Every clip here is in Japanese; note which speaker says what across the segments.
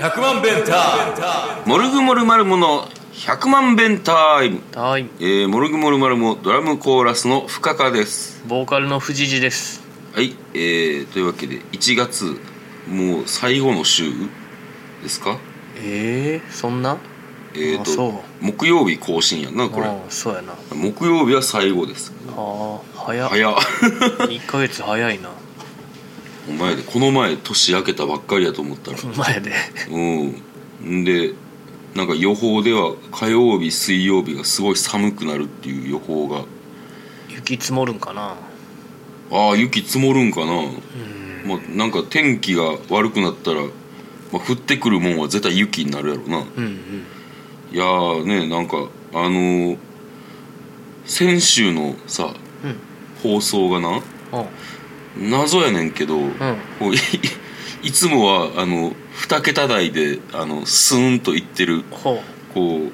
Speaker 1: 100万弁ター
Speaker 2: モルグモルマルモの100万弁タイム、
Speaker 3: タイム
Speaker 2: えー、モルグモルマルモドラムコーラスの深川です
Speaker 3: ボーカルの藤次です
Speaker 2: はい、えー、というわけで1月もう最後の週ですか
Speaker 3: えー、そんな
Speaker 2: えー、
Speaker 3: あそう
Speaker 2: と木曜日更新やんなこれ
Speaker 3: ああそうやなあ
Speaker 2: 木曜日は最後です
Speaker 3: あ早っ
Speaker 2: 早っ
Speaker 3: 1ヶ月早いな
Speaker 2: お前でこの前年明けたばっかりやと思ったら
Speaker 3: 前で
Speaker 2: うんんでなんか予報では火曜日水曜日がすごい寒くなるっていう予報が
Speaker 3: 雪積もるんかな
Speaker 2: ああ雪積もるんかな、
Speaker 3: うん
Speaker 2: まあ、なんか天気が悪くなったら、まあ、降ってくるもんは絶対雪になるやろな
Speaker 3: うんうん
Speaker 2: いやーねなんかあのー先週のさ
Speaker 3: うん
Speaker 2: 放送がな
Speaker 3: あ
Speaker 2: 謎やねんけど、
Speaker 3: うん
Speaker 2: こうい いつもはあの2桁台であのスーンといってる
Speaker 3: ほ
Speaker 2: こ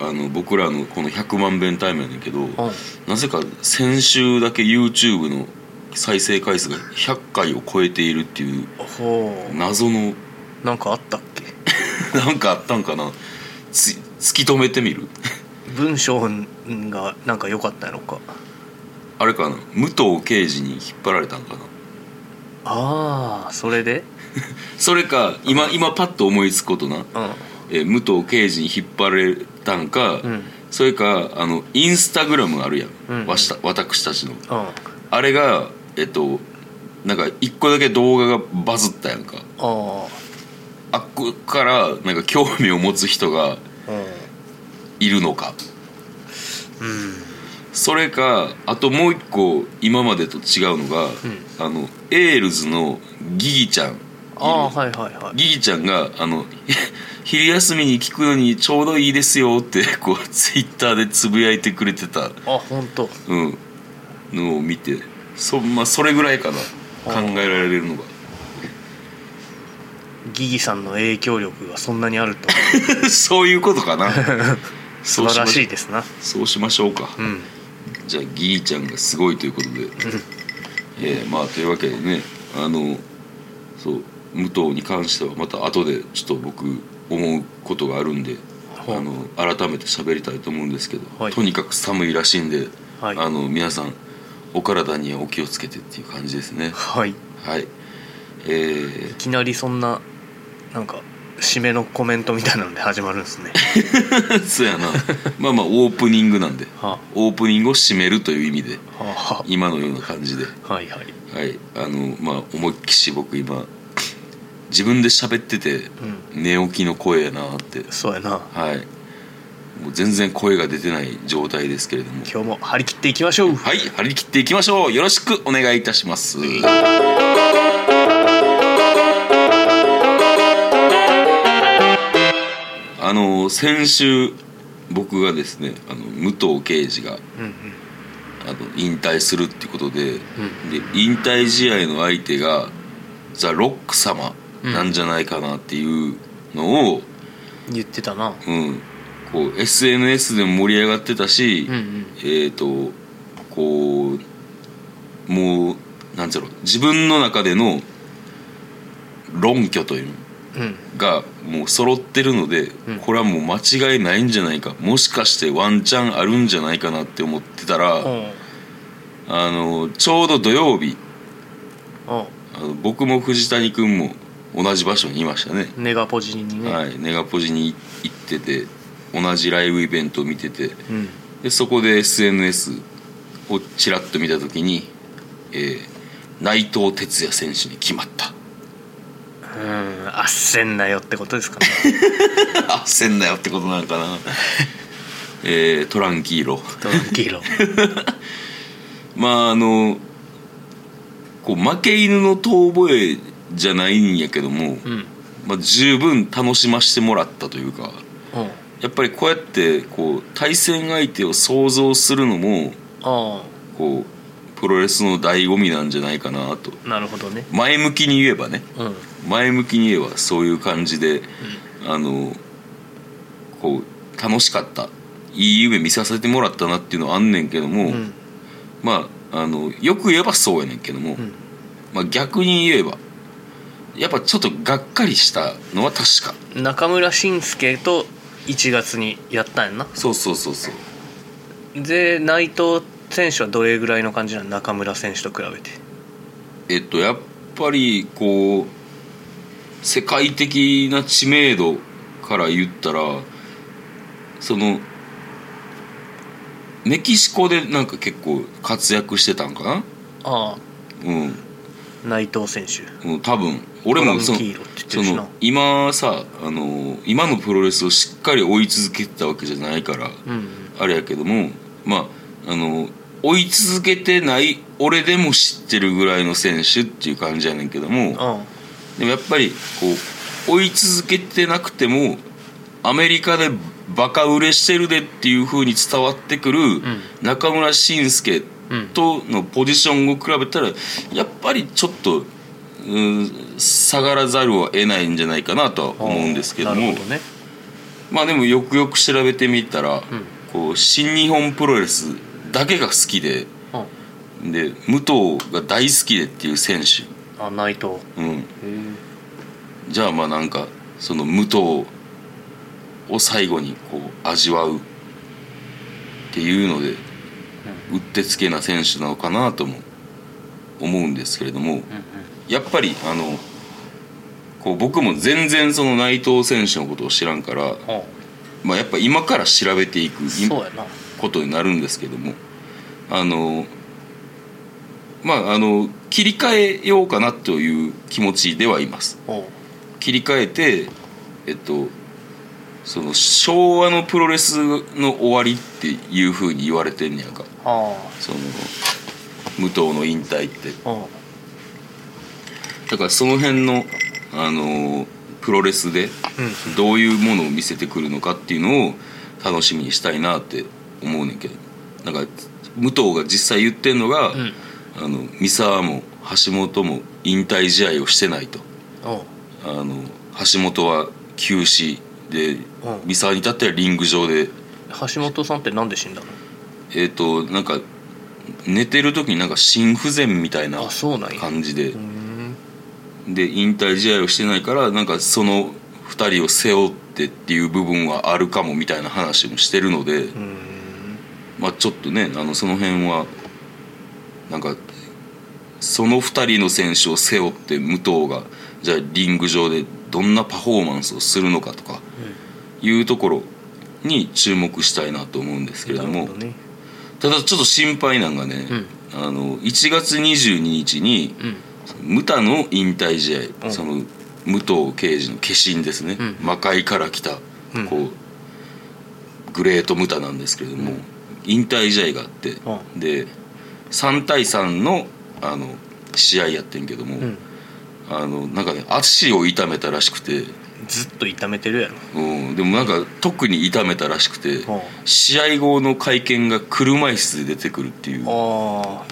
Speaker 2: うあの僕らのこの100万遍タイムやねんけど、
Speaker 3: ううん
Speaker 2: なぜか先週だけ YouTube の再生回数が100回を超えているっていう
Speaker 3: ほ
Speaker 2: 謎の
Speaker 3: うなんかあったっけ
Speaker 2: なんかあったんかなつ突き止めてみる
Speaker 3: 文章がなんか良かったやろか
Speaker 2: あれかな武藤刑事に引っ張られたんかな
Speaker 3: ああそれで
Speaker 2: それか今今パッと思いつくことな、
Speaker 3: うん
Speaker 2: えー武藤刑事に引っ張られたんか、
Speaker 3: うん
Speaker 2: それかあのインスタグラムあるやん、
Speaker 3: うん
Speaker 2: わした私たちの
Speaker 3: うんあ
Speaker 2: あれがえっとなんか一個だけ動画がバズったやんか
Speaker 3: あ
Speaker 2: あっこからなんか興味を持つ人が
Speaker 3: う
Speaker 2: いるのか
Speaker 3: んうん
Speaker 2: それかあともう一個今までと違うのが、あのエールズのギギちゃんいる
Speaker 3: ああーはいはいはい
Speaker 2: ギギちゃんがあの 昼休みに聞くのにちょうどいいですよってこうツイッターでつぶやいてくれてた、
Speaker 3: あ本当。
Speaker 2: うん、のを見てそ,、まあ、それぐらいかな
Speaker 3: あ
Speaker 2: 考
Speaker 3: ー
Speaker 2: えられるのが
Speaker 3: ギギさんの影響力がそんなにある と
Speaker 2: そういうことかな
Speaker 3: 素晴らし
Speaker 2: そうしま
Speaker 3: いですな
Speaker 2: そうしましょうか
Speaker 3: うん
Speaker 2: じゃあギーちゃんがすごいということで、えーまあというわけでねあのそう武藤に関してはまた後でちょっと僕思うことがあるんであ
Speaker 3: ほう
Speaker 2: の改めて喋りたいと思うんですけど、
Speaker 3: はい
Speaker 2: とにかく寒いらしいんで、
Speaker 3: はい
Speaker 2: あの皆さんお体にはお気をつけてっていう感じですね
Speaker 3: はいい
Speaker 2: はいえー、
Speaker 3: きなりそんななんか締めのコメントみたいなので始まるんです ね
Speaker 2: そうや なまあまあオープニングなんで
Speaker 3: は
Speaker 2: オープニングを締めるという意味で
Speaker 3: あは
Speaker 2: 今のような感じで
Speaker 3: あはいはい
Speaker 2: はいあのまあ思いっきし僕今自分で喋ってて寝起きの声やなって
Speaker 3: そうやな
Speaker 2: はいもう全然声が出てない状態ですけれども
Speaker 3: 今日も張り切っていきましょう
Speaker 2: はい張り切っていきましょうよろしくお願いいたしますあの先週僕がですねあの武藤刑事が
Speaker 3: うんうん
Speaker 2: あの引退するってことで,、で引退試合の相手がザ・ロック様なんじゃないかなっていうのを、
Speaker 3: 言ってたな
Speaker 2: うんこう SNS でも盛り上がってたし、
Speaker 3: うんうん
Speaker 2: えっ、とこうもうなんだろう自分の中での論拠というの
Speaker 3: うん
Speaker 2: がもう揃ってるので、
Speaker 3: うん
Speaker 2: これはもう間違いないんじゃないかもしかしてワンチャンあるんじゃないかなって思ってたら。
Speaker 3: うんうん
Speaker 2: あのちょうど土曜日
Speaker 3: あ
Speaker 2: あの僕も藤谷君も同じ場所にいましたね、
Speaker 3: ネガポジにね、
Speaker 2: はい、ネガポジに行ってて同じライブイベントを見てて
Speaker 3: うん
Speaker 2: でそこで SNS をちらっと見た時に、えー内藤哲也選手に決まった
Speaker 3: うんあっせんなよってこと ですかね
Speaker 2: あせんなよってことなのかな えートランキーロ
Speaker 3: トランキーロ
Speaker 2: まああのこう負け犬の遠吠えじゃないんやけども、
Speaker 3: うん
Speaker 2: まあ、十分楽しましてもらったというか
Speaker 3: うん
Speaker 2: やっぱりこうやってこう対戦相手を想像するのも
Speaker 3: あ
Speaker 2: こうプロレスの醍醐味なんじゃないかなと
Speaker 3: あなるほどね
Speaker 2: 前向きに言えばね
Speaker 3: うん
Speaker 2: 前向きに言えばそういう感じで、あのこう楽しかったいい夢見させてもらったなっていうのはあんねんけども、
Speaker 3: うん
Speaker 2: まああのよく言えばそうやねんけども、
Speaker 3: ん
Speaker 2: まあ、逆に言えばやっぱちょっとがっかりしたのは確か
Speaker 3: 中村俊輔と1月にやったんやんな
Speaker 2: そうそうそうそう
Speaker 3: で内藤選手はどれぐらいの感じなの中村選手と比べて
Speaker 2: えっとやっぱりこう世界的な知名度から言ったらそのメキシコでなんか結構活躍してたんかな
Speaker 3: ああ
Speaker 2: うん
Speaker 3: 内藤選手
Speaker 2: うん多分俺もその
Speaker 3: トランキーロって言って
Speaker 2: そ
Speaker 3: るしな
Speaker 2: の今さあの今のプロレスをしっかり追い続けてたわけじゃないから
Speaker 3: うん
Speaker 2: あれやけどもまああの追い続けてない俺でも知ってるぐらいの選手っていう感じやねんけども
Speaker 3: あ
Speaker 2: でもやっぱりこう追い続けてなくてもアメリカでバカ売れしてるでっていう風に伝わってくる
Speaker 3: ん
Speaker 2: 中村慎介とのポジションを比べたらやっぱりちょっとうん下がらざるを得ないんじゃないかなとは
Speaker 3: あ
Speaker 2: 思うんですけど
Speaker 3: な
Speaker 2: も
Speaker 3: るほどね
Speaker 2: まあでもよくよく調べてみたら、こう新日本プロレスだけが好きで
Speaker 3: あ
Speaker 2: で武藤が大好きでっていう選手。
Speaker 3: あ内藤
Speaker 2: うん
Speaker 3: へ
Speaker 2: じゃあまあなんかその無糖を最後にこう味わうっていうのでうってつけな選手なのかなとも思うんですけれどもやっぱりあのこう僕も全然その内藤選手のことを知らんから、
Speaker 3: あ
Speaker 2: まあ、やっぱ今から調べていく
Speaker 3: そうやな
Speaker 2: ことになるんですけどもあのまああの切り替えようかなという気持ちではいます。
Speaker 3: おう
Speaker 2: 切り替えてえっとその昭和のプロレスの終わりっていうふうに言われてんねやんか
Speaker 3: あ
Speaker 2: その武藤の引退って
Speaker 3: あうん
Speaker 2: だからその辺の、あのープロレスで
Speaker 3: う
Speaker 2: どういうものを見せてくるのかっていうのを楽しみにしたいなって思うねんけどだから武藤が実際言ってんのが、
Speaker 3: ん
Speaker 2: あの三沢も橋本も引退試合をしてないと。
Speaker 3: おう
Speaker 2: あの橋本は急死で
Speaker 3: うん
Speaker 2: 三沢に至ってはリング上で
Speaker 3: 橋本さんってなんで死んだ
Speaker 2: えっ、となんか寝てる時になんか心不全みたいな
Speaker 3: のあそうなんや
Speaker 2: 感じで
Speaker 3: うーん
Speaker 2: で引退試合をしてないからなんかその2人を背負ってっていう部分はあるかもみたいな話もしてるので、
Speaker 3: うーん
Speaker 2: まあちょっとねあのその辺はなんかその2人の選手を背負って武藤がじゃあリング上でどんなパフォーマンスをするのかとかいうところに注目したいなと思うんですけれど
Speaker 3: な
Speaker 2: も
Speaker 3: るほどね
Speaker 2: ただちょっと心配なんがね、
Speaker 3: うん
Speaker 2: あの1月22日に
Speaker 3: うん
Speaker 2: ムタの引退試合、
Speaker 3: うん
Speaker 2: その武藤刑事の化身ですね、
Speaker 3: うん
Speaker 2: 魔界から来た、
Speaker 3: うん
Speaker 2: こうグレートムタなんですけれども、引退試合があって、
Speaker 3: う
Speaker 2: で3対3のあの試合やってんけども、
Speaker 3: うん
Speaker 2: あのなんかね足を痛めたらしくて、
Speaker 3: ずっと痛めてるやろ
Speaker 2: うん、でもなんか特に痛めたらしくて、
Speaker 3: うん
Speaker 2: 試合後の会見が車椅子で出てくるっていう
Speaker 3: あ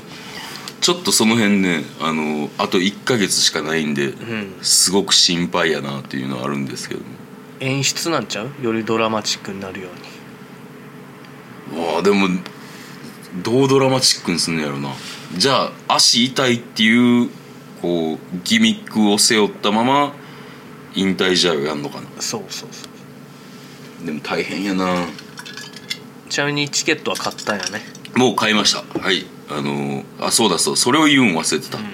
Speaker 2: ちょっとその辺ねあのあと1ヶ月しかないんで、
Speaker 3: あうん
Speaker 2: すごく心配やなっていうのはあるんですけど
Speaker 3: 演出なんちゃうよりドラマチックになるように
Speaker 2: わあでもどうドラマチックにすんのやろなじゃあ足痛いっていうこうギミックを背負ったまま引退試合をやんのかな
Speaker 3: そうそうそう
Speaker 2: でも大変やな
Speaker 3: ちなみにチケットは買ったんやね
Speaker 2: もう買いましたはいあのあそうだそうそれを言うん忘れてた、えー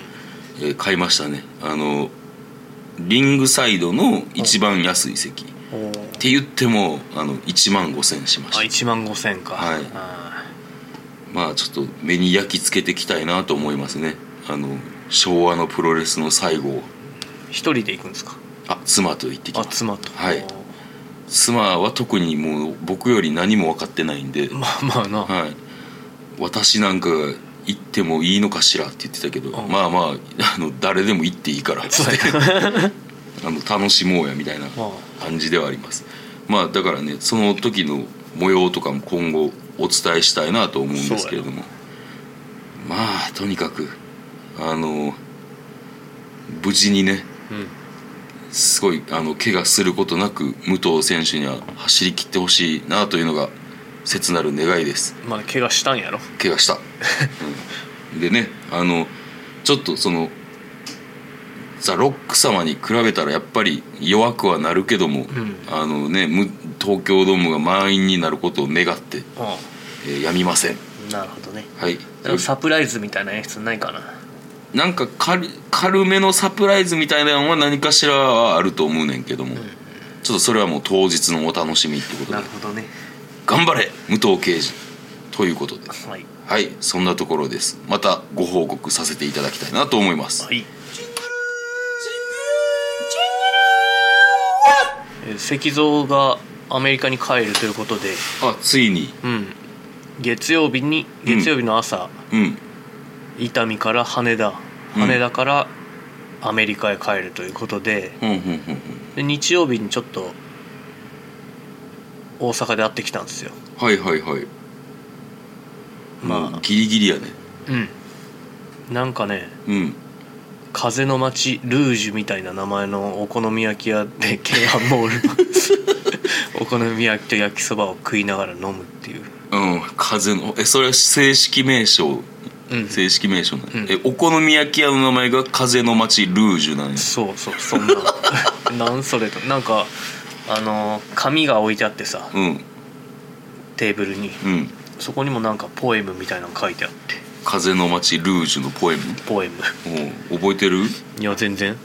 Speaker 2: 買いましたねあのリングサイドの一番安い席っ
Speaker 3: おお
Speaker 2: て言ってもあの1万5000円しま
Speaker 3: あ
Speaker 2: した
Speaker 3: 1万5000円か
Speaker 2: はい
Speaker 3: あ
Speaker 2: まあちょっと目に焼き付けていきたいなと思いますねあの昭和のプロレスの最後を
Speaker 3: ー一人で行くんですか
Speaker 2: あ妻と行ってき
Speaker 3: あ
Speaker 2: ます
Speaker 3: 妻と
Speaker 2: はい妻は特にもう僕より何も分かってないんで、
Speaker 3: おーまあまあな
Speaker 2: はい、私なんかが行ってもいいのかしらって言ってたけど、
Speaker 3: うん
Speaker 2: まあまああの誰でも行っていいからっつって
Speaker 3: そうやな
Speaker 2: あの楽しもうやみたいな感じではありますまあだからねその時の模様とかも今後お伝えしたいなと思うんですけれどもまあとにかくあの無事にね
Speaker 3: うん
Speaker 2: すごいあの怪我することなく武藤選手には走り切ってほしいなというのが切なる願いです
Speaker 3: まあ怪我したんやろ
Speaker 2: 怪我した、うんでねあのちょっとそのザ・ロック様に比べたらやっぱり弱くはなるけども、
Speaker 3: ん
Speaker 2: あのね、む東京ドームが満員になることを願って、
Speaker 3: あ
Speaker 2: えーやみません。
Speaker 3: あなるほどね
Speaker 2: はい、
Speaker 3: だからサプライズみたいな演出ないかな
Speaker 2: なんか軽軽めのサプライズみたいなのは何かしらはあると思うねんけども、ちょっとそれはもう当日のお楽しみってこと
Speaker 3: な
Speaker 2: で
Speaker 3: るほどね
Speaker 2: 頑張れ武藤刑事ということで
Speaker 3: はい
Speaker 2: はいそんなところですまたご報告させていただきたいなと思います
Speaker 3: はいえー石像がアメリカに帰るということで、
Speaker 2: あついに
Speaker 3: うん、月曜日に
Speaker 2: うん
Speaker 3: 月曜日の朝、
Speaker 2: うん
Speaker 3: 伊丹から羽田
Speaker 2: うん
Speaker 3: 羽田からアメリカへ帰るということで
Speaker 2: ふんふんふん
Speaker 3: で日曜日にちょっと大阪で会ってきたんですよ
Speaker 2: ふんはいはいはい
Speaker 3: まあ
Speaker 2: もうギリギリやね
Speaker 3: うんなんかね
Speaker 2: うん
Speaker 3: 風の街ルージュみたいな名前のお好み焼き屋で京阪モ ールお好み焼きと焼きそばを食いながら飲むっていう、
Speaker 2: うん風のえそれは正式名称
Speaker 3: うん、
Speaker 2: 正式名称なの
Speaker 3: うん
Speaker 2: えお好み焼き屋の名前が風の町ルージュなんや
Speaker 3: そうそうそ んななんそれとなんかあの紙が置いてあってさ
Speaker 2: うん
Speaker 3: テーブルに
Speaker 2: うん
Speaker 3: そこにもなんかポエムみたいなの書いてあって
Speaker 2: 風の町ルージュのポエム
Speaker 3: ポエム
Speaker 2: おう覚えてる
Speaker 3: いや全然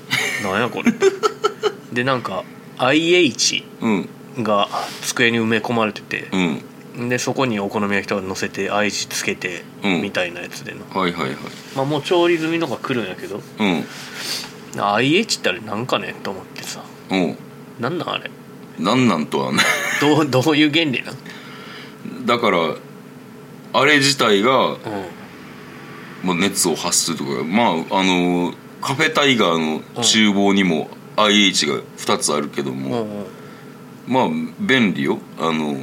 Speaker 3: なんやこれ でなんか IH
Speaker 2: うん
Speaker 3: が机に埋め込まれてて
Speaker 2: うん
Speaker 3: でそこにお好み焼きとか乗せて IH つけて
Speaker 2: うん
Speaker 3: みたいなやつでの、
Speaker 2: はいはいはい
Speaker 3: まあもう調理済みのが来るんやけど
Speaker 2: うん
Speaker 3: IH ってあれなんかねと思ってさ
Speaker 2: うん
Speaker 3: なんなんあれ
Speaker 2: なんなんとはね
Speaker 3: どうどういう原理なん、
Speaker 2: だからあれ自体が、
Speaker 3: う
Speaker 2: まあ、熱を発するとかまああのカフェタイガーの厨房にも IH が2つあるけど
Speaker 3: ん、う
Speaker 2: も、
Speaker 3: んうん
Speaker 2: まあ便利よあの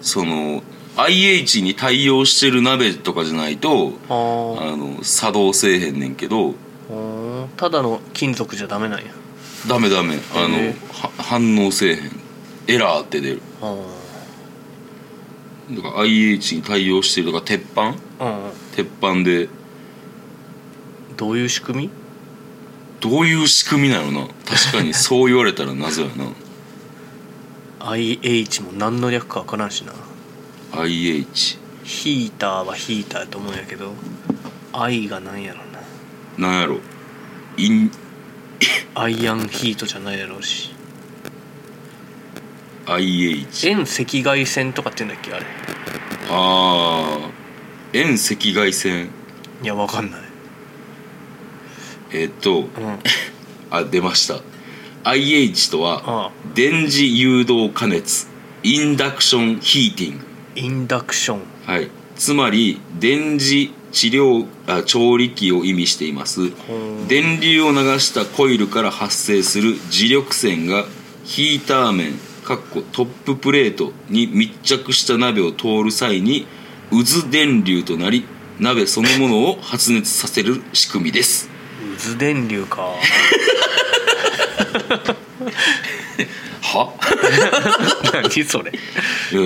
Speaker 2: その IH に対応してる鍋とかじゃないと
Speaker 3: あー
Speaker 2: あの作動せえへんねんけど
Speaker 3: ほーただの金属じゃダメなんや
Speaker 2: ダメダメあの、
Speaker 3: え
Speaker 2: は反応せえへんエラーって出る
Speaker 3: あー
Speaker 2: だから IH に対応してるとか鉄板
Speaker 3: うんうん
Speaker 2: 鉄板で
Speaker 3: どういう仕組み
Speaker 2: どういう仕組みなのな確かにそう言われたら謎やな
Speaker 3: IH も何の略か分からんしな
Speaker 2: IH
Speaker 3: ヒーターはヒーターやと思うんやけど I がなんやろな
Speaker 2: なんやろイン
Speaker 3: アイアンヒートじゃないやろうし
Speaker 2: IH
Speaker 3: 遠赤外線とかって言うんだっけあれ
Speaker 2: あー遠赤外線
Speaker 3: いやわかんない
Speaker 2: えっ、と
Speaker 3: うんあ
Speaker 2: あ出ました IH とは
Speaker 3: あ
Speaker 2: 電磁誘導加熱インダクションヒーティング
Speaker 3: インダクション
Speaker 2: はい、つまり電磁治療あ調理器を意味しています
Speaker 3: ん
Speaker 2: 電流を流したコイルから発生する磁力線がヒーター面かっこトッププレートに密着した鍋を通る際に渦電流となり鍋そのものを発熱させる仕組みです
Speaker 3: 渦電流か
Speaker 2: は、
Speaker 3: 何それ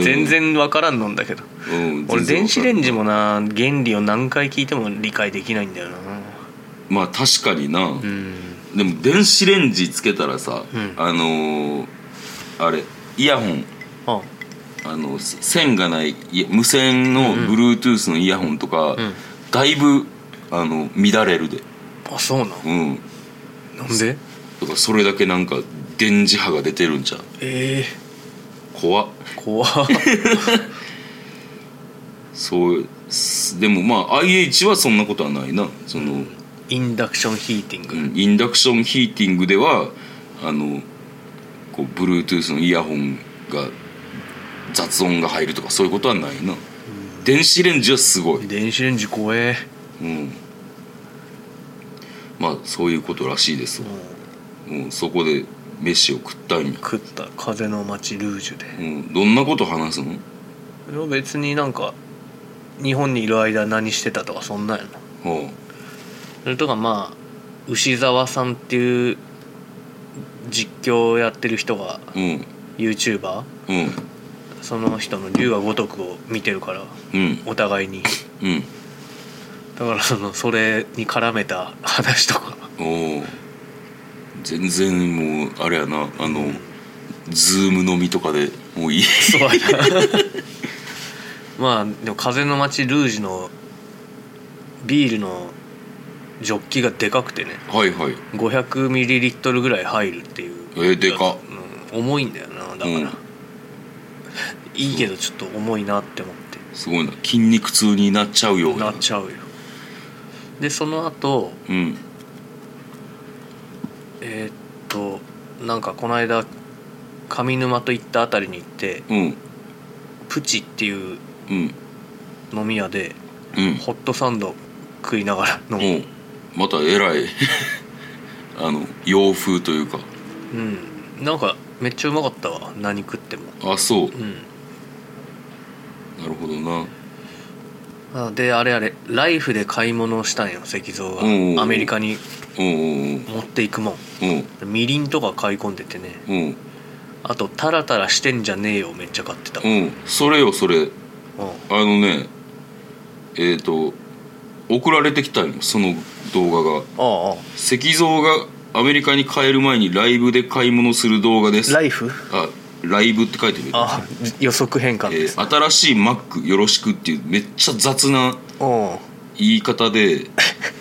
Speaker 3: 全然わからんのんだけど
Speaker 2: うん
Speaker 3: 俺電子レ
Speaker 2: ジ
Speaker 3: ンジもな原理を何回聞いても理解できないんだよな
Speaker 2: まあ確かにな、
Speaker 3: うん
Speaker 2: でも電子レンジつけたらさ、
Speaker 3: うん
Speaker 2: あのーあれイヤホン
Speaker 3: あ
Speaker 2: あのせ線がないいや無線の Bluetooth のイヤホンとか、
Speaker 3: ん
Speaker 2: だいぶあの乱れるで
Speaker 3: あそうなん
Speaker 2: うん
Speaker 3: なんで
Speaker 2: だからそれだけなんか電磁波が出てるんちゃう
Speaker 3: ええ
Speaker 2: 怖っ
Speaker 3: 怖っ
Speaker 2: そうすでもまあ IH はそんなことはないなその、
Speaker 3: インダクションヒーティング、
Speaker 2: うんインダクションヒーティングではあのこう Bluetooth のイヤホンが雑音が入るとかそういうことはないな、電子レンジはすごい
Speaker 3: 電子レンジ怖え、
Speaker 2: うん、まあそういうことらしいですわ、うん、そこで飯を食ったんや、
Speaker 3: 食った風の街ルージュで
Speaker 2: うん、どんなこと話すの
Speaker 3: いや別になんか日本にいる間何してたとかそんなんやな
Speaker 2: は
Speaker 3: それとかまあ牛沢さんっていう実況やってる人が
Speaker 2: あうん
Speaker 3: YouTuber
Speaker 2: うん
Speaker 3: その人の龍が如くを見てるから
Speaker 2: うん
Speaker 3: お互いに
Speaker 2: うん
Speaker 3: だからそのそれに絡めた話とか
Speaker 2: おお全然もうあれやなあの、ズーム飲みとかでもういい
Speaker 3: そうやな まあでも風の街ルージュのビールのジョッキがでかくてね
Speaker 2: はいはい
Speaker 3: 500ミリリットルぐらい入るっていう
Speaker 2: えーでかっ
Speaker 3: うん、重いんだよなだか
Speaker 2: う
Speaker 3: ら、
Speaker 2: ん
Speaker 3: いいけどちょっと重いなって思って
Speaker 2: すごいな筋肉痛になっちゃうよう
Speaker 3: なっちゃうよでその後
Speaker 2: うん
Speaker 3: えーっとなんかこの間上沼といったあたりに行って
Speaker 2: うん
Speaker 3: プチっていう
Speaker 2: うん
Speaker 3: 飲み屋で
Speaker 2: うん
Speaker 3: ホットサンド食いながら飲
Speaker 2: も
Speaker 3: む
Speaker 2: うまたえらい あの洋風というか
Speaker 3: うんなんかめっちゃうまかったわ何食っても
Speaker 2: あそう
Speaker 3: うん
Speaker 2: なるほどな
Speaker 3: あであれあれライフで買い物をしたんよ石像が
Speaker 2: うん
Speaker 3: アメリカに
Speaker 2: うん
Speaker 3: 持っていくもん
Speaker 2: うん
Speaker 3: みりんとか買い込んでてね
Speaker 2: うん
Speaker 3: あと「タラタラしてんじゃねえよ」めっちゃ買ってた、う
Speaker 2: うんんうんそれよそれあのねえっ、と送られてきたんよその動画が
Speaker 3: ああ
Speaker 2: 石像がアメリカに帰る前にライブで買い物する動画です
Speaker 3: ライフ
Speaker 2: あライブって書いてる
Speaker 3: あ予測変換
Speaker 2: え
Speaker 3: です、
Speaker 2: ー新しい Mac よろしくっていうめっちゃ雑な
Speaker 3: うんあ
Speaker 2: 言い方で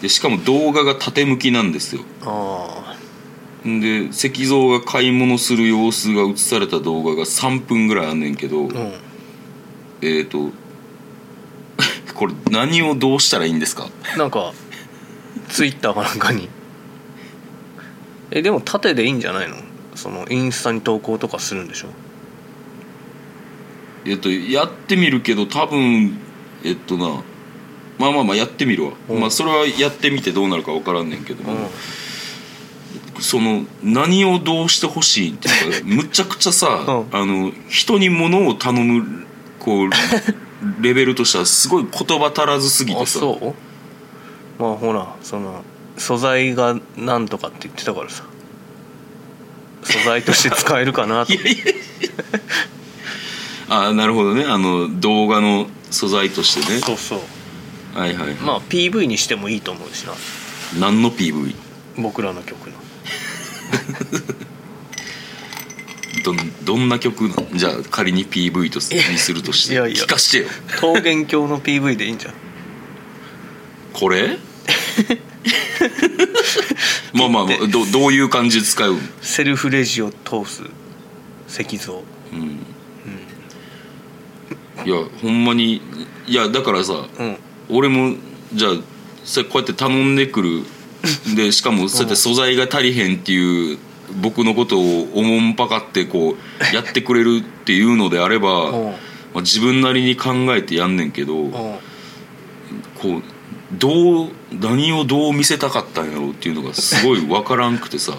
Speaker 2: でしかも動画が縦向きなんですよ
Speaker 3: あ
Speaker 2: んで石像が買い物する様子が映された動画が3分ぐらいあんねんけど、
Speaker 3: うん
Speaker 2: えっ、と これ何をどうしたらいいんですか
Speaker 3: なんかツイッターかなんかにえでも縦でいいんじゃないのそのインスタに投稿とかするんでしょ
Speaker 2: えっ、とやってみるけど多分えっ、となまあまあまあやってみるわ、
Speaker 3: うん
Speaker 2: まあそれはやってみてどうなるか分からんねんけど
Speaker 3: う
Speaker 2: も、
Speaker 3: ん
Speaker 2: その何をどうしてほしいっていう かむちゃくちゃさ、
Speaker 3: う
Speaker 2: あの人に物を頼むこ うレベルとしてはすごい言葉足らずすぎて
Speaker 3: あ
Speaker 2: さ
Speaker 3: そうまあほらその素材がなんとかって言ってたからさ素材として使えるか なと
Speaker 2: あなるほどねあの動画の素材としてね
Speaker 3: そうそう
Speaker 2: はいはい、はい
Speaker 3: まあ PV にしてもいいと思うしな
Speaker 2: 何の PV
Speaker 3: 僕らの曲の
Speaker 2: どんどんな曲なんじゃあ仮に PV とす
Speaker 3: いや
Speaker 2: にするとして
Speaker 3: いやいや
Speaker 2: 聞かしてよ
Speaker 3: 桃源郷の PV でいいんじゃん
Speaker 2: こ れまあまあまあどどういう感じで使う
Speaker 3: セルフレジを通す石像
Speaker 2: うんいやほんまにいやだからさ
Speaker 3: うん
Speaker 2: 俺もじゃあそれこうやって頼んでくるでしか もそうやって素材が足りへんっていう僕のことをおもんぱかってこうやってくれるっていうのであれば、
Speaker 3: うん
Speaker 2: まあ自分なりに考えてやんねんけど、
Speaker 3: うん
Speaker 2: こうどう何をどう見せたかったんやろうっていうのがすごい分からんくてさ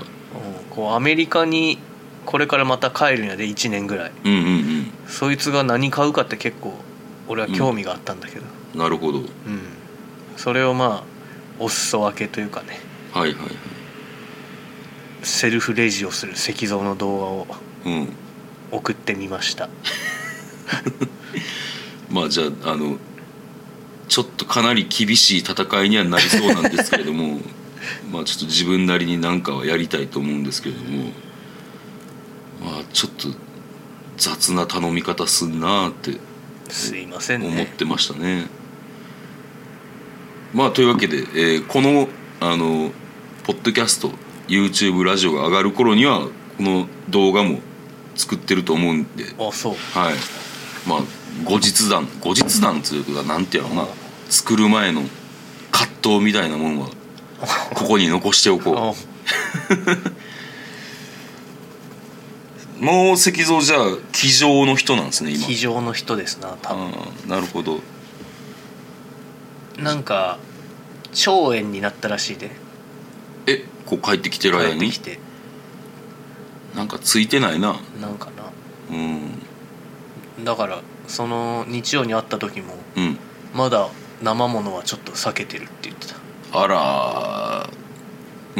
Speaker 3: こうアメリカにこれからまた帰るんやで1年ぐらい
Speaker 2: うんうん
Speaker 3: そいつが何買うかって結構俺は興味があったんだけど、
Speaker 2: うんなるほどはい
Speaker 3: うんそれをまあお裾分けというかね
Speaker 2: はいはい
Speaker 3: セルフレジをする石像の動画を
Speaker 2: うん
Speaker 3: 送ってみました
Speaker 2: まあじゃああのちょっとかなり厳しい戦いにはなりそうなんですけれどもまあちょっと自分なりに何かはやりたいと思うんですけれどもまあちょっと雑な頼み方すんなーって
Speaker 3: すいません
Speaker 2: 思っ
Speaker 3: ね
Speaker 2: てましたね。まあというわけで、えーこのあのポッドキャスト YouTube ラジオが上がる頃にはこの動画も作ってると思うんで
Speaker 3: あそう
Speaker 2: はいまあ後日談後日談というかなんていうのかな作る前の葛藤みたいなものはここに残しておこ
Speaker 3: あ
Speaker 2: うもう石像じゃあ机上の人なんですね今
Speaker 3: 非常の人ですな多分
Speaker 2: ああなるほど
Speaker 3: なんか腸炎になったらしいで
Speaker 2: えこう帰ってきてる間
Speaker 3: 帰って
Speaker 2: に
Speaker 3: きて
Speaker 2: なんかついてないな
Speaker 3: なんかな
Speaker 2: うん
Speaker 3: だからその日曜に会った時も
Speaker 2: うん
Speaker 3: まだ生ものはちょっと避けてるって言ってた
Speaker 2: あら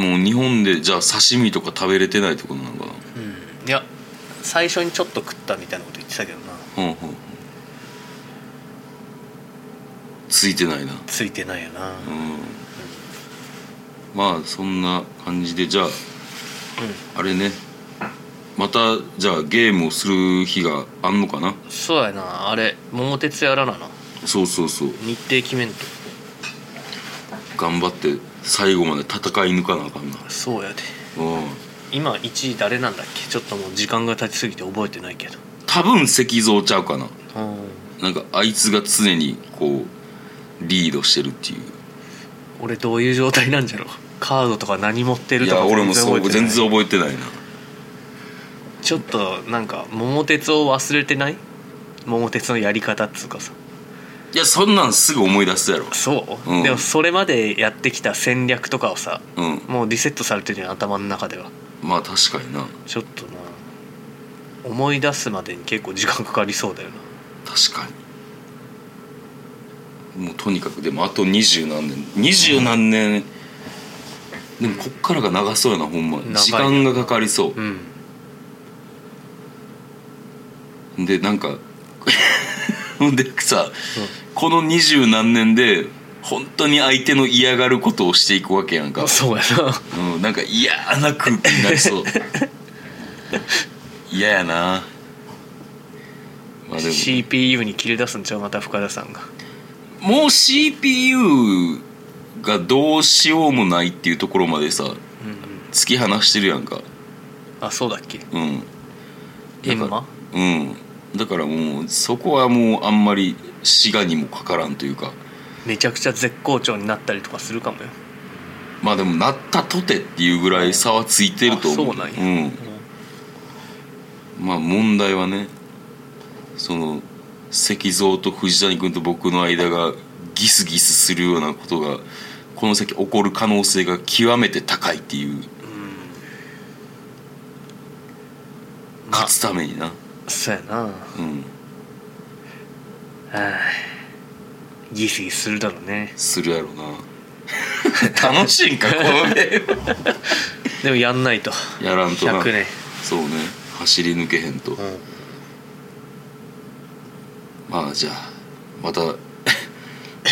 Speaker 2: もう日本でじゃあ刺身とか食べれてないってことなのかな
Speaker 3: うんいや最初にちょっと食ったみたいなこと言ってたけどな
Speaker 2: うんうんついてないな
Speaker 3: ついてないよな
Speaker 2: うんまあそんな感じでじゃあ、あれねまたじゃあゲームをする日があんのかな
Speaker 3: そうやなあれ桃鉄やらなな
Speaker 2: そうそうそう
Speaker 3: 日程決めんと
Speaker 2: 頑張って最後まで戦い抜かなあかんな
Speaker 3: そうやで
Speaker 2: うん
Speaker 3: 今1位誰なんだっけちょっともう時間が経ちすぎて覚えてないけど
Speaker 2: 多分石像ちゃうかな
Speaker 3: うん
Speaker 2: なんかあいつが常にこうリードしてるっていう
Speaker 3: 俺どういう状態なんじゃろうカードとか何持ってる
Speaker 2: い
Speaker 3: と
Speaker 2: や
Speaker 3: か
Speaker 2: 俺もそう
Speaker 3: 覚えて
Speaker 2: 全
Speaker 3: ない
Speaker 2: 然覚えてないな
Speaker 3: ちょっとなんか桃鉄を忘れてない桃鉄のやり方っつうかさ
Speaker 2: いやそんなんすぐ思い出すやろ
Speaker 3: そう、
Speaker 2: うん
Speaker 3: でもそれまでやってきた戦略とかをさ
Speaker 2: うん
Speaker 3: もうリセットされてるよ頭の中では
Speaker 2: まあ確かにな
Speaker 3: ちょっとな思い出すまでに結構時間かかりそうだよな
Speaker 2: 確かにもうとにかくでもあと二十何年二十何年、でもこっからが長そうやなほんま
Speaker 3: 長いな
Speaker 2: 時間がかかりそう
Speaker 3: う、ん
Speaker 2: でなんか ほんでさ、この二十何年で本当に相手の嫌がることをしていくわけやんか、
Speaker 3: そうやな
Speaker 2: うん、なんか嫌な空気になりそう嫌やなまあでも
Speaker 3: CPU に切り出すんちゃうまた深田さんが
Speaker 2: もう CPU がどうしようもないっていうところまでさ
Speaker 3: うんうん
Speaker 2: 突き放してるやんか
Speaker 3: あそうだっけ
Speaker 2: うん
Speaker 3: エンマ
Speaker 2: うんだからもうそこはもうあんまり滋賀にもかからんというか
Speaker 3: めちゃくちゃ絶好調になったりとかするかもよ
Speaker 2: まあでもなったとてっていうぐらい差はついてると思う
Speaker 3: あそうなんや
Speaker 2: ん、まあ問題はねその石像と藤谷君と僕の間がギスギスするようなことがこの先起こる可能性が極めて高いっていう
Speaker 3: ま
Speaker 2: 勝つためにな、
Speaker 3: あそうやな
Speaker 2: うん、
Speaker 3: はいギスギスするだろうね
Speaker 2: するやろな 楽しいんかこのゲーム
Speaker 3: でもやんないと
Speaker 2: やらんとな
Speaker 3: 100年
Speaker 2: そうね走り抜けへんと、まあじゃあま たあ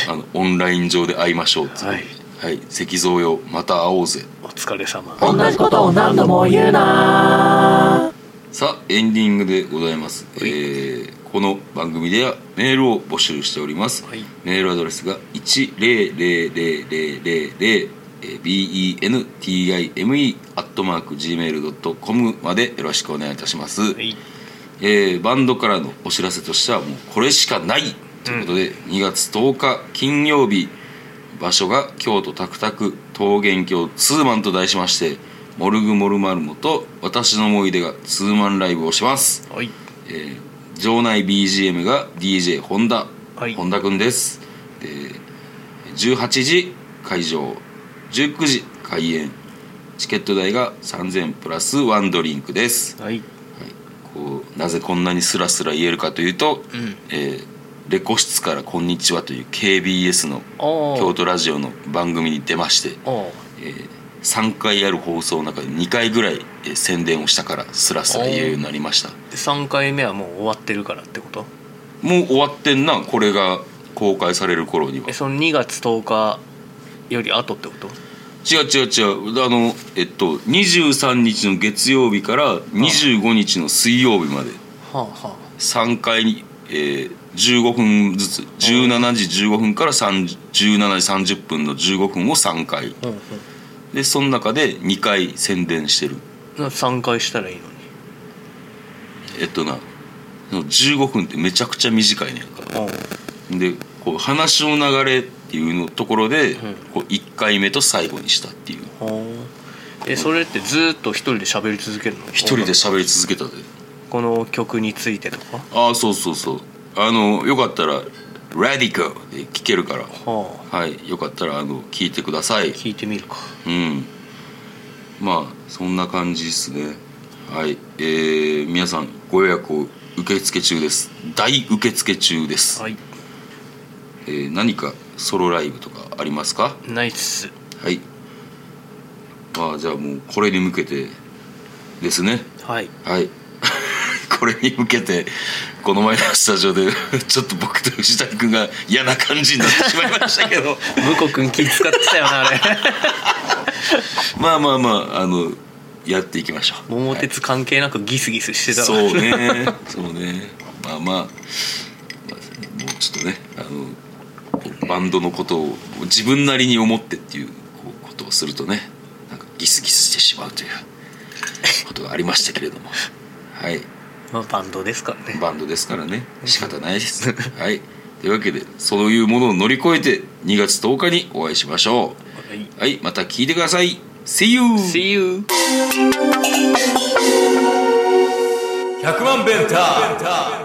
Speaker 2: のオンライン上で会いましょうって
Speaker 3: はい、
Speaker 2: はい、石像よまた会おうぜ
Speaker 3: お疲れ様
Speaker 4: 同じことを何度も言うな
Speaker 2: さあエンディングでございます、えーこの番組ではメールを募集しております、
Speaker 3: はい
Speaker 2: メールアドレスが 10000bentime.gmail.com までよろしくお願いいたします、
Speaker 3: はい
Speaker 2: えーバンドからのお知らせとしてはもうこれしかないということで、2月10日金曜日場所が京都タクタク桃源郷ツーマンと題しましてモルグモルマルモと私の思い出がツーマンライブをします
Speaker 3: はい
Speaker 2: えー場内 BGM が DJ 本田、
Speaker 3: はい
Speaker 2: 本田くんですで18時会場19時開演チケット代が3000プラスワンドリンクです、
Speaker 3: は
Speaker 2: は
Speaker 3: い
Speaker 2: い、こうなぜこんなにスラスラ言えるかというと、
Speaker 3: うん
Speaker 2: えーレコ室から「こんにちは」という KBS の
Speaker 3: おー
Speaker 2: 京都ラジオの番組に出まして、
Speaker 3: おー
Speaker 2: え3回ある放送の中で2回ぐらい、えー宣伝をしたからスラスラ言えるようになりました
Speaker 3: 3回目はもう終わってるからってこと
Speaker 2: もう終わってんなこれが公開される頃には
Speaker 3: えその2月10日より後ってこと
Speaker 2: 違う違う違うあのえっと23日の月曜日から25日の水曜日まで
Speaker 3: はあは
Speaker 2: 3回に、えー15分ずつ17時15分から3 17時30分の15分を3回
Speaker 3: あ、うんうん、
Speaker 2: でその中で2回宣伝してる
Speaker 3: な3回したらいいのに
Speaker 2: えっとなその15分ってめちゃくちゃ短いねんか
Speaker 3: おう
Speaker 2: でこう話の流れっていうのところで、
Speaker 3: ん
Speaker 2: こう1回目と最後にしたっていう
Speaker 3: ほうえそれってずーっと一人で喋り続けるの
Speaker 2: 一人で喋り続けたで
Speaker 3: この曲についてとか
Speaker 2: ああそうそうそうあのよかったら「ラディカ」で聴けるから
Speaker 3: はあ
Speaker 2: はいよかったらあの聞いてください
Speaker 3: 聞いてみるか
Speaker 2: うんまあそんな感じですねはいえー、皆さんご予約を受付中です大受付中です、
Speaker 3: はい
Speaker 2: えー何かソロライブとかありますか
Speaker 3: ナイス
Speaker 2: はいまあじゃあもうこれに向けてですね
Speaker 3: はい
Speaker 2: はい。 これに向けてこの前のスタジオで ちょっと僕と藤谷君 が嫌な感じになってしまいましたけど
Speaker 3: 向こう君気使ってたよなあれ
Speaker 2: まあまあまああのやっていきましょう
Speaker 3: 桃鉄関係なくギスギスしてたわ
Speaker 2: そうねそうねまあまあ、まあ、もうちょっとねあのバンドのことを自分なりに思ってっていうこうことをするとねなんかギスギスしてしまうということがありましたけれどもはい
Speaker 3: まあバンドですからね
Speaker 2: バンドですからね仕方ないですはいというわけでそういうものを乗り越えて2月10日にお会いしましょ
Speaker 3: はい、
Speaker 2: うはいまた聞いてください See you!
Speaker 3: See you!
Speaker 1: 100万ベンター